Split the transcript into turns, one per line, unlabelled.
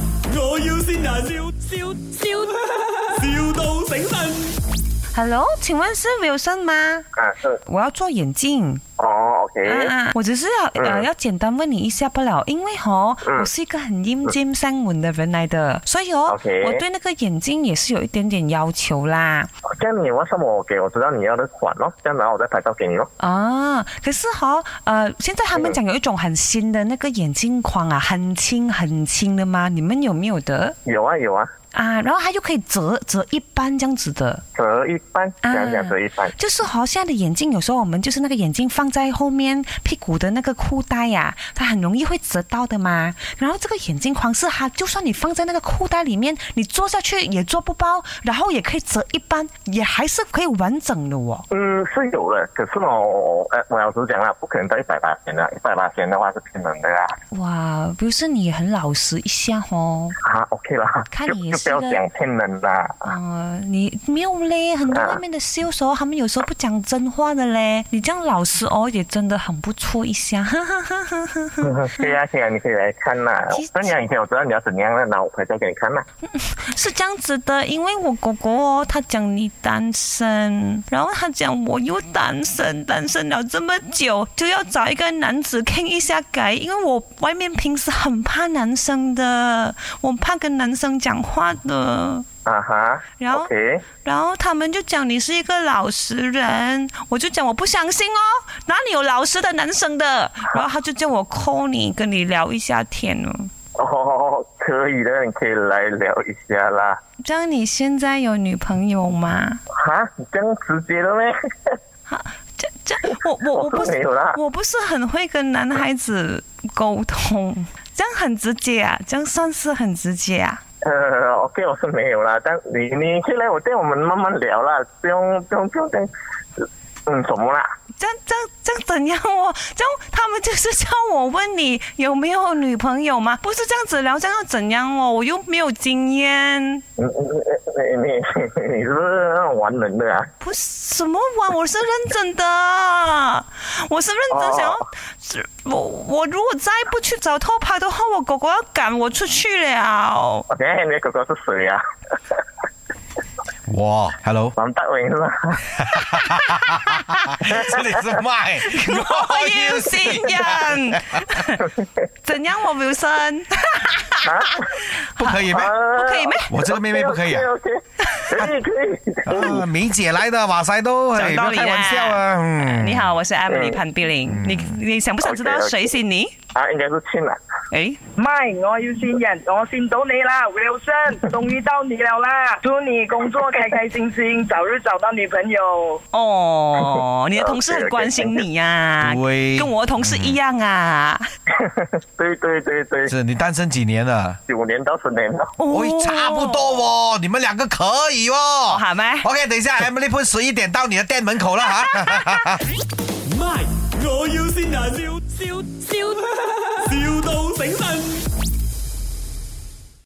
要先人，笑笑笑，,笑到醒神。
Hello，请问是 Wilson 吗？
啊，是
我要做眼镜。
哦，OK，
啊啊！我只是要、呃
嗯
要简单问你一下不了，因为哦，我是一个很阴间三文的人来的，所以哦
OK
我对那个眼镜也是有一点点要求啦。
这样你 WhatsApp 我给我知道你要的款咯，这样然后我再拍照给你咯。
啊，可是哈、呃，现在他们讲有一种很新的那个眼镜框啊，很轻很轻的吗？你们有没有的
有啊有啊，
啊？然后它就可以折折一般这样子的，
折一半，
啊
讲讲折一半。
就是好、现在的眼镜，有时候我们就是那个眼镜放在后面屁股的那个裤带呀、它很容易会折到的嘛。然后这个眼镜框是它，就算你放在那个裤带里面，你坐下去也坐不包，然后也可以折一般，也还是可以完整的哦。
嗯，是有的，可是哦，我呃，我老实讲啦，不可能到一百八千的，一百八千的话是骗人的啦。
哇，比如说你也很老实一下哦。
啊，OK 啦，
看
就
你
就不
是
要
个
讲骗 人啦。
啊、你没有嘞，很多
啊
外面的 sales 哦，他们有时候不讲真话的嘞。你这样老实哦，也真的很不错一下。
对呀、啊，对呀、啊，你可以来看啦
其实。
那你以前我知道你要怎样了，那我拍照给你看啦。
是这样子的，因为我哥哥哦，他讲你单身，然后他讲我又单身，单身了这么久，就要找一个男子看一下改，因为我外面平时很怕男生的，我怕跟男生讲话的。
啊哈
然后
，OK，
然后他们就讲你是一个老实人，我就讲我不相信哦，哪里有老实的男生的？然后他就叫我 call 你，跟你聊一下天哦。
哦，可以的，你可以来聊一下啦。
这样你现在有女朋友吗？
哈，你这样直接的咩？
这这，我我我不
我是
是
没有啦。
我不是很会跟男孩子沟通，这样很直接啊，这样算是很直接啊。
呃，OK，我是没有啦，但你你可以来我店，我们慢慢聊啦，不用不用不用这样，嗯，什么啦？
这样这样这样怎样哦？这样他们就是叫我问你有没有女朋友吗？不是这样子聊，这样要怎样哦？我又没有经验。
你你你你你是不是那种玩人的啊？
不是什么玩，我是认真的，我是认真想要
哦，
是我我如果再不去找偷拍的话，我狗狗要赶我出去了。
我等一下你的狗狗是谁啊？
哇，Hello，
王大伟是吧？
这里是麦，
我要新 人，怎样我 Wilson
不可以咩？
不
可以咩？
我这个妹妹不可以啊
OK，可以可以。
啊梅姐来的，哇塞都，
讲
哎不要
道理啊
开玩笑啊，嗯，
你好，我是 Emily
嗯
潘碧玲。你你想不想知道
OK，OK
谁是你？
啊，应该是亲啦。
诶，
唔系，我要线人，我线到你啦，Wilson，终于到你了啦！祝你工作开开心心，早日找到女朋友。
哦，你的同事
OK，OK，
很关心你呀、啊，
对
跟我的同事一样啊。
对对对对，
是你单身几年了？
九年到十年了。
喂，差不多哦，你们两个可以哦，
哦好咩
OK，等一下，Emily 潘十一点到你的店门口了哈。
咪，我要先人，笑笑笑，,笑到醒神。